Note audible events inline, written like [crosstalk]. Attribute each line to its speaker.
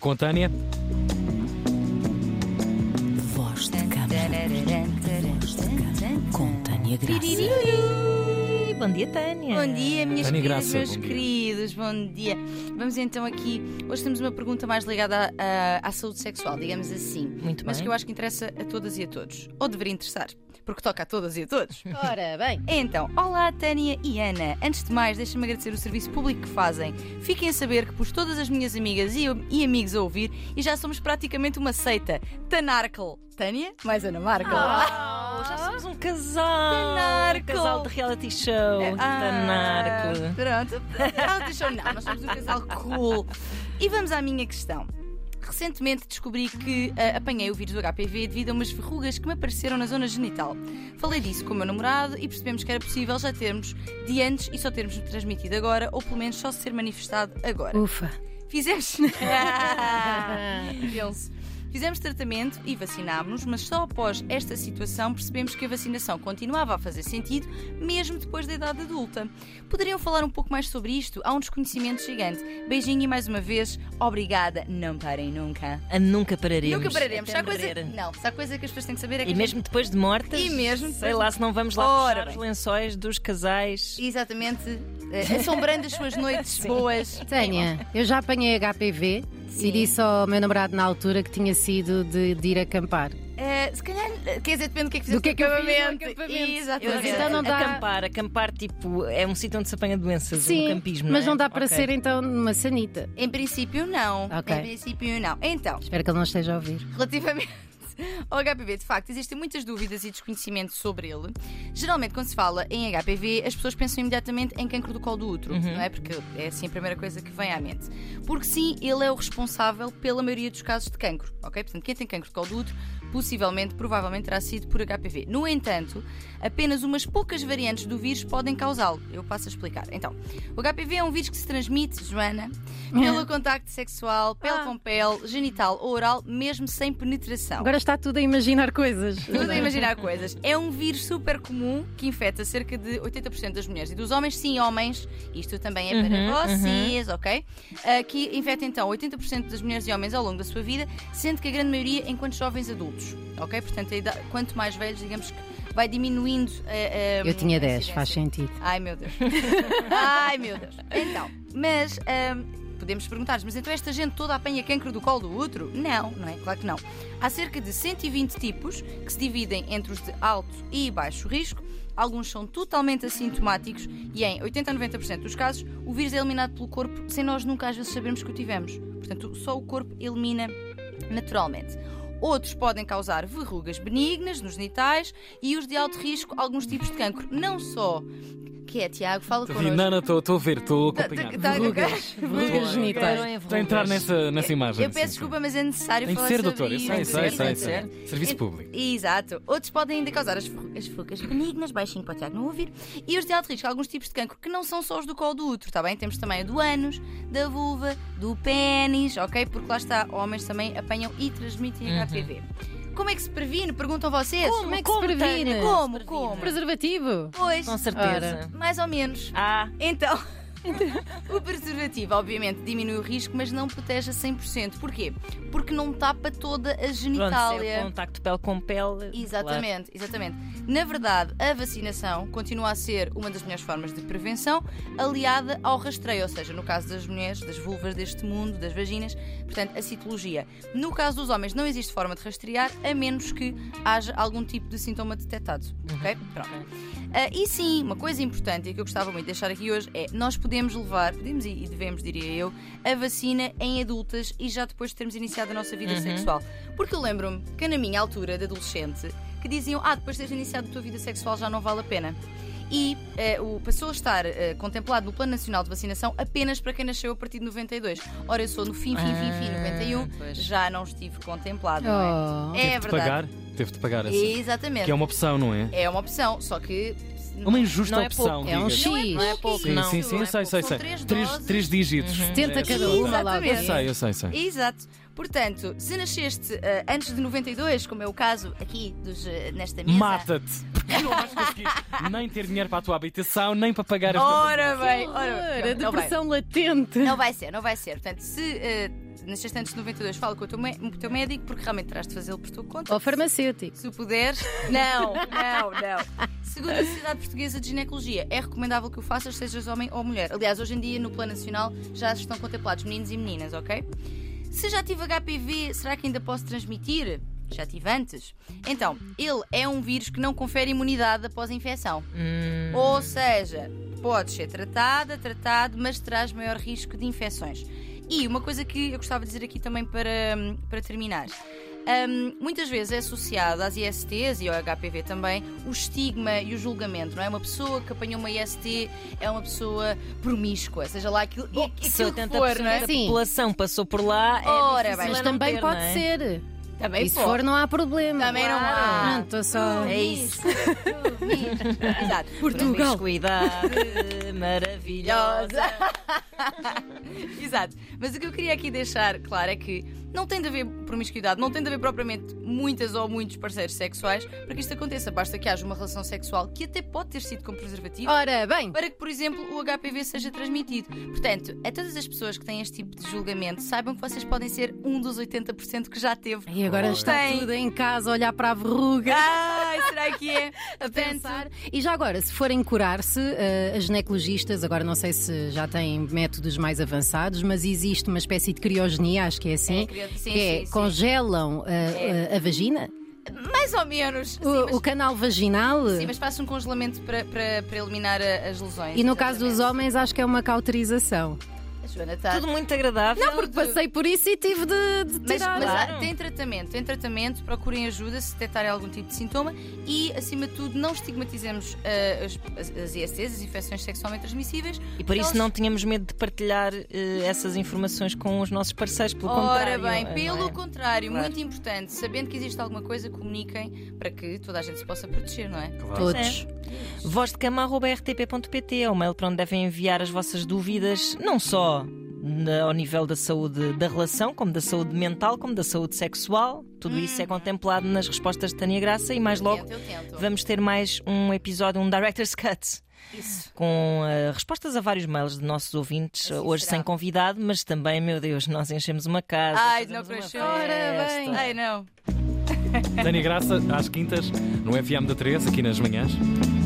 Speaker 1: Com a Tânia.
Speaker 2: Voz de Câmara. Com Tânia Graça.
Speaker 3: Piriri. Bom dia, Tânia.
Speaker 4: Bom dia, minhas
Speaker 1: Tânia
Speaker 4: queridas,
Speaker 1: Graça,
Speaker 4: meus
Speaker 1: bom dia.
Speaker 4: queridos, bom dia. Vamos então aqui. Hoje temos uma pergunta mais ligada à, à- à saúde sexual, digamos assim.
Speaker 3: Muito
Speaker 4: mas
Speaker 3: bem.
Speaker 4: que eu acho que interessa a todas e a todos. Ou deveria interessar, porque toca a todas e
Speaker 1: [laughs]
Speaker 4: a todos.
Speaker 3: Ora, bem.
Speaker 4: Então, olá Tânia e Ana. Antes de mais, deixem-me agradecer o serviço público que fazem. Fiquem a saber que pus todas as minhas amigas e, e amigos a ouvir e já somos praticamente uma seita. Tanarkel. Tânia? Mais Ana Markel.
Speaker 3: Oh, já somos um casal.
Speaker 4: Tanarco.
Speaker 3: Um casal de reality show. Que
Speaker 4: Ah.
Speaker 3: Tanarco.
Speaker 4: Pronto. Reality show não, nós somos um casal cool. E vamos à minha questão. Recentemente descobri que ah, apanhei o vírus do HPV devido a umas verrugas que me apareceram na zona genital. Falei disso com o meu namorado e percebemos que era possível já termos de antes e só termos transmitido agora, ou pelo menos só se ter manifestado agora.
Speaker 2: Ufa.
Speaker 4: Fizemos.
Speaker 3: Ah,
Speaker 4: [laughs] Eles. Fizemos tratamento e vacinámos-nos, mas só após esta situação percebemos que a vacinação continuava a fazer sentido, mesmo depois da idade adulta. Poderiam falar um pouco mais sobre isto? Há um desconhecimento gigante. Beijinho e mais uma vez, obrigada. Não parem nunca.
Speaker 3: Ah, Nunca pararemos.
Speaker 4: Nunca pararemos. Se
Speaker 3: Até
Speaker 4: há coisa...
Speaker 3: morrer.
Speaker 4: Não, se há coisa que as pessoas têm que saber é que.
Speaker 3: E
Speaker 4: a
Speaker 3: mesmo depois de mortas.
Speaker 4: E mesmo
Speaker 3: Sei
Speaker 4: depois
Speaker 3: lá
Speaker 4: de-
Speaker 3: se não vamos lá
Speaker 4: Ora
Speaker 3: puxar os
Speaker 4: bem.
Speaker 3: lençóis dos casais.
Speaker 4: gente- Exatamente.
Speaker 2: [laughs]
Speaker 4: eh, Assombrando as suas noites boas.
Speaker 2: Tânia, eu já apanhei HPV e
Speaker 4: Sim.
Speaker 2: disse ao meu namorado na altura que tinha sido de, de ir acampar.
Speaker 4: Eh, se calhar, eh, quer dizer, depende do que é que fizeste
Speaker 2: Do que é que eu fiz no
Speaker 4: acampamento.
Speaker 2: acampamento.
Speaker 4: Exatamente.
Speaker 2: Mas então não dá-
Speaker 3: Acampar, acampar tipo é um sítio onde se apanha doenças, um campismo. é?
Speaker 2: mas não dá para
Speaker 3: Ok.
Speaker 2: ser então numa sanita.
Speaker 4: Em princípio, não.
Speaker 2: Ok.
Speaker 4: Em princípio, não. Então,
Speaker 2: Espero que ele não esteja a ouvir.
Speaker 4: relativamente ao HPV, de facto, existem muitas dúvidas e desconhecimento sobre ele. Geralmente, quando se fala em HPV, as pessoas pensam imediatamente em cancro do colo do útero, não é? Porque é assim a primeira coisa que vem à mente. Porque sim, ele é o responsável pela maioria dos casos de cancro, ok? Portanto, quem tem cancro de colo do útero, possivelmente, provavelmente terá sido por HPV. No entanto, apenas umas poucas variantes do vírus podem causá-lo. Eu passo a explicar. Então, o HPV é um vírus que se transmite, Joana, pelo contacto sexual, pele com pele, genital ou oral, mesmo sem penetração.
Speaker 2: Agora está tudo a imaginar coisas.
Speaker 4: Tudo a imaginar coisas. É um vírus super comum que infecta cerca de 80% das mulheres e dos homens, sim, homens. Isto também é para vocês, ok? Ah, que infecta então 80% das mulheres e homens ao longo da sua vida, sendo que a grande maioria enquanto jovens adultos, ok? Portanto, a idade- quanto mais velhos, digamos que vai diminuindo ah, a.
Speaker 2: Eu tinha 10, faz sentido.
Speaker 4: Ai meu Deus. Ai meu Deus. Então, mas ahm, podemos perguntar-nos, mas então esta gente toda apanha cancro do colo do útero? Não, não é? Claro que não. Há cerca de 120 tipos que se dividem entre os de alto e baixo risco. Alguns são totalmente assintomáticos e em 80 a 90% dos casos o vírus é eliminado pelo corpo sem nós nunca às vezes sabermos que o tivemos. Portanto, só o corpo elimina naturalmente. Outros podem causar verrugas benignas nos genitais e os de alto risco, alguns tipos de cancro. Não só. Que é, Tiago? Fala
Speaker 1: Tô a vir- Não,
Speaker 4: connosco.
Speaker 1: não, estou a ver, estou a
Speaker 4: Tá-
Speaker 1: acompanhar.
Speaker 4: tá- tá-
Speaker 2: Verrugas, verrugas genitais.
Speaker 1: Estou a Então é entrar nessa, nessa imagem.
Speaker 4: Eu peço desculpa, mas é necessário
Speaker 1: Tem que
Speaker 4: falar
Speaker 1: ser,
Speaker 4: sobre
Speaker 1: doutora. Eu
Speaker 4: isso.
Speaker 1: sei, sei, sei.
Speaker 4: Tem
Speaker 1: sei.
Speaker 4: que ser. É
Speaker 1: Serviço
Speaker 4: Ent-
Speaker 1: público.
Speaker 4: Exato. Outros podem ainda causar as verru- as verrugas benignas, baixinho para o Tiago não ouvir, e os de alto risco, alguns tipos de cancro que não são só os do colo do útero, está bem? Temos também o do ânus, da vulva, do pênis, ok? Porque lá está, homens também apanham e transmitem
Speaker 1: Uhum.
Speaker 4: HPV. Como é que se previne? Perguntam vocês.
Speaker 2: Como é que se previne?
Speaker 4: Como? Como?
Speaker 2: Preservativo.
Speaker 4: Pois,
Speaker 3: Com certeza.
Speaker 4: mais ou menos.
Speaker 3: Ah,
Speaker 4: Então, [laughs] o preservativo obviamente diminui o risco, mas não protege a 100%. Porquê? Porque não tapa toda a
Speaker 3: pronto, é o
Speaker 4: genitália.
Speaker 3: contacto pele com pele.
Speaker 4: Exatamente, exatamente. Na verdade, a vacinação continua a ser uma das melhores formas de prevenção, aliada ao rastreio, ou seja, no caso das mulheres, das vulvas deste mundo, das vaginas, portanto, a citologia. No caso dos homens, não existe forma de rastrear, a menos que haja algum tipo de sintoma detectado. Ok?
Speaker 3: Uhum.
Speaker 4: Pronto. Ah, e sim, uma coisa importante e que eu gostava muito de deixar aqui hoje é nós podemos levar, podemos e e devemos, diria eu, a vacina em adultas e já depois de termos iniciado a nossa
Speaker 3: Uhum.
Speaker 4: vida sexual. Porque eu lembro-me que na minha altura de adolescente que diziam, ah, depois de teres iniciado a tua vida sexual já não vale a pena. E eh, o, passou a estar eh, contemplado no Plano Nacional de Vacinação apenas para quem nasceu a partir de 92. Ora, eu sou no fim, fim, fim, fim,
Speaker 3: Ah,
Speaker 4: 91,
Speaker 3: pois.
Speaker 4: já não estive contemplado,
Speaker 2: Oh.
Speaker 4: não é? É
Speaker 1: Teve de
Speaker 4: verdade.
Speaker 1: pagar, teve de pagar essa.
Speaker 4: Exatamente.
Speaker 1: Que é uma opção, não é?
Speaker 4: É uma opção, só que.
Speaker 1: Uma injusta
Speaker 3: Não é
Speaker 1: opção,
Speaker 3: pouco,
Speaker 2: É um
Speaker 1: diga-se.
Speaker 2: X.
Speaker 3: Não é pouco,
Speaker 1: Sim,
Speaker 3: não.
Speaker 1: sim, sim, eu sei, sei,
Speaker 4: São
Speaker 1: sei.
Speaker 4: três doses. Uhum.
Speaker 1: três dígitos.
Speaker 2: Tenta
Speaker 1: É,
Speaker 2: cada
Speaker 1: sim.
Speaker 2: uma lá.
Speaker 1: Eu sei, eu sei, eu sei.
Speaker 4: Exato. Portanto, se nasceste eh, antes de 92, como é o caso aqui dos, eh, nesta mesa.
Speaker 1: Mata-te! Porque não vais conseguir nem ter dinheiro para a tua habitação, nem para pagar as
Speaker 4: Ora bem,
Speaker 2: Horror,
Speaker 4: ora
Speaker 2: a
Speaker 4: bem. Não vai,
Speaker 2: depressão latente.
Speaker 4: não vai ser, não vai ser. Portanto, se eh, Portanto, nasceste antes de 92, fala com o teu, mé- o teu médico, porque realmente terás de fazê-lo por tua conta.
Speaker 2: Ou farmacêutico.
Speaker 4: Se o puderes. Não, não, não. Segundo a Sociedade Portuguesa de Ginecologia, é recomendável que o faças, sejas homem ou mulher. Aliás, hoje em dia, no plano nacional, já estão contemplados meninos e meninas, ok? Se já tive HPV, será que ainda posso transmitir? Já tive antes. Então, ele é um vírus que não confere imunidade após a infecção. Ou
Speaker 2: Uhum.
Speaker 4: seja, podes ser tratada, tratado, mas terás maior risco de infecções. E uma coisa que eu gostava de dizer aqui também para, para terminar. Hum, muitas vezes é associado às ISTs e ao HPV também o estigma e o julgamento, não é? Uma pessoa que apanhou uma IST é uma pessoa promíscua, seja lá aquilo, e- aquilo que
Speaker 3: 70%
Speaker 4: for, não é?
Speaker 3: da
Speaker 2: Sim.
Speaker 3: população passou por lá. é
Speaker 4: Ora
Speaker 3: difícil
Speaker 4: bem.
Speaker 2: Mas
Speaker 3: não
Speaker 2: também
Speaker 3: ter,
Speaker 2: pode
Speaker 3: não é?
Speaker 2: ser.
Speaker 4: Também
Speaker 2: e se
Speaker 4: pode.
Speaker 2: for, não há problema.
Speaker 4: Também não há.
Speaker 2: Pronto, estou só.
Speaker 3: É isso.
Speaker 4: Exato.
Speaker 2: Portugal. [laughs]
Speaker 3: Promiscuidade maravilhosa.
Speaker 4: maravilhosa. Exato. Mas o que eu queria aqui deixar claro é que não tem de haver promiscuidade, não tem de haver propriamente muitas ou muitos parceiros sexuais para que isto aconteça. Basta que haja uma relação sexual que até pode ter sido com preservativo.
Speaker 2: Ora, bem.
Speaker 4: Para que, por exemplo, o HPV seja transmitido. Portanto, a todas as pessoas que têm este tipo de julgamento, saibam que vocês podem ser um dos 80% que já teve.
Speaker 2: E agora
Speaker 4: Ou
Speaker 2: está
Speaker 4: tem.
Speaker 2: tudo em casa, a olhar para a verruga.
Speaker 4: Ah, Ai, será que
Speaker 2: [laughs]
Speaker 4: é?
Speaker 2: a pensar. E já agora, se forem curar-se, eh, as ginecologistas, agora não sei se já têm métodos mais avançados, mas existe uma espécie de criogenia, acho que é assim.
Speaker 4: É, crio- sim,
Speaker 2: que é,
Speaker 4: sim, sim.
Speaker 2: congelam eh, a- a vagina,
Speaker 4: Mais ou menos.
Speaker 2: o,
Speaker 4: Sim, mas-
Speaker 2: o canal vaginal.
Speaker 4: Sim, mas faço um congelamento para, para, para eliminar a- as lesões.
Speaker 2: E no caso dos
Speaker 4: exatamente.
Speaker 2: homens, acho que é uma cauterização.
Speaker 4: A Joana está.
Speaker 3: Tudo muito agradável.
Speaker 2: Não, porque passei por isso e tive de, de
Speaker 4: Mas,
Speaker 2: tirar.
Speaker 4: mas há-
Speaker 3: Claro.
Speaker 4: tem tratamento, tem tratamento, procurem ajuda se detectarem algum tipo de sintoma e, acima de tudo, não estigmatizemos ah, as, as, as ISTs, as infecções sexualmente transmissíveis.
Speaker 3: E por isso
Speaker 4: Eles-
Speaker 3: não tínhamos medo de partilhar eh, essas informações com os nossos parceiros, pelo
Speaker 4: Ora
Speaker 3: contrário.
Speaker 4: bem,
Speaker 3: não é?
Speaker 4: pelo contrário,
Speaker 3: Claro.
Speaker 4: muito importante, sabendo que existe alguma coisa, comuniquem para que toda a gente se possa proteger, não é?
Speaker 2: Todos.
Speaker 3: Voz de é o mail para onde devem enviar as vossas dúvidas, não só na- ao nível da saúde da relação, como da saúde mental, como da saúde sexual. Tudo isso
Speaker 4: Hum.
Speaker 3: é contemplado nas respostas de Tânia Graça e mais logo
Speaker 4: Tento, eu tento.
Speaker 3: vamos ter mais um episódio, um Director's Cut.
Speaker 4: Isso.
Speaker 3: Com eh, respostas a vários mails de nossos ouvintes,
Speaker 4: Assim
Speaker 3: hoje
Speaker 4: será.
Speaker 3: sem convidado, mas também, meu Deus, nós enchemos uma casa.
Speaker 4: Ai,
Speaker 3: fazemos
Speaker 4: não
Speaker 3: uma
Speaker 4: cresceu. Ora
Speaker 3: festa.
Speaker 2: bem.
Speaker 4: Ai, não.
Speaker 1: Tânia Graça, às quintas, no FM da 13, aqui nas manhãs.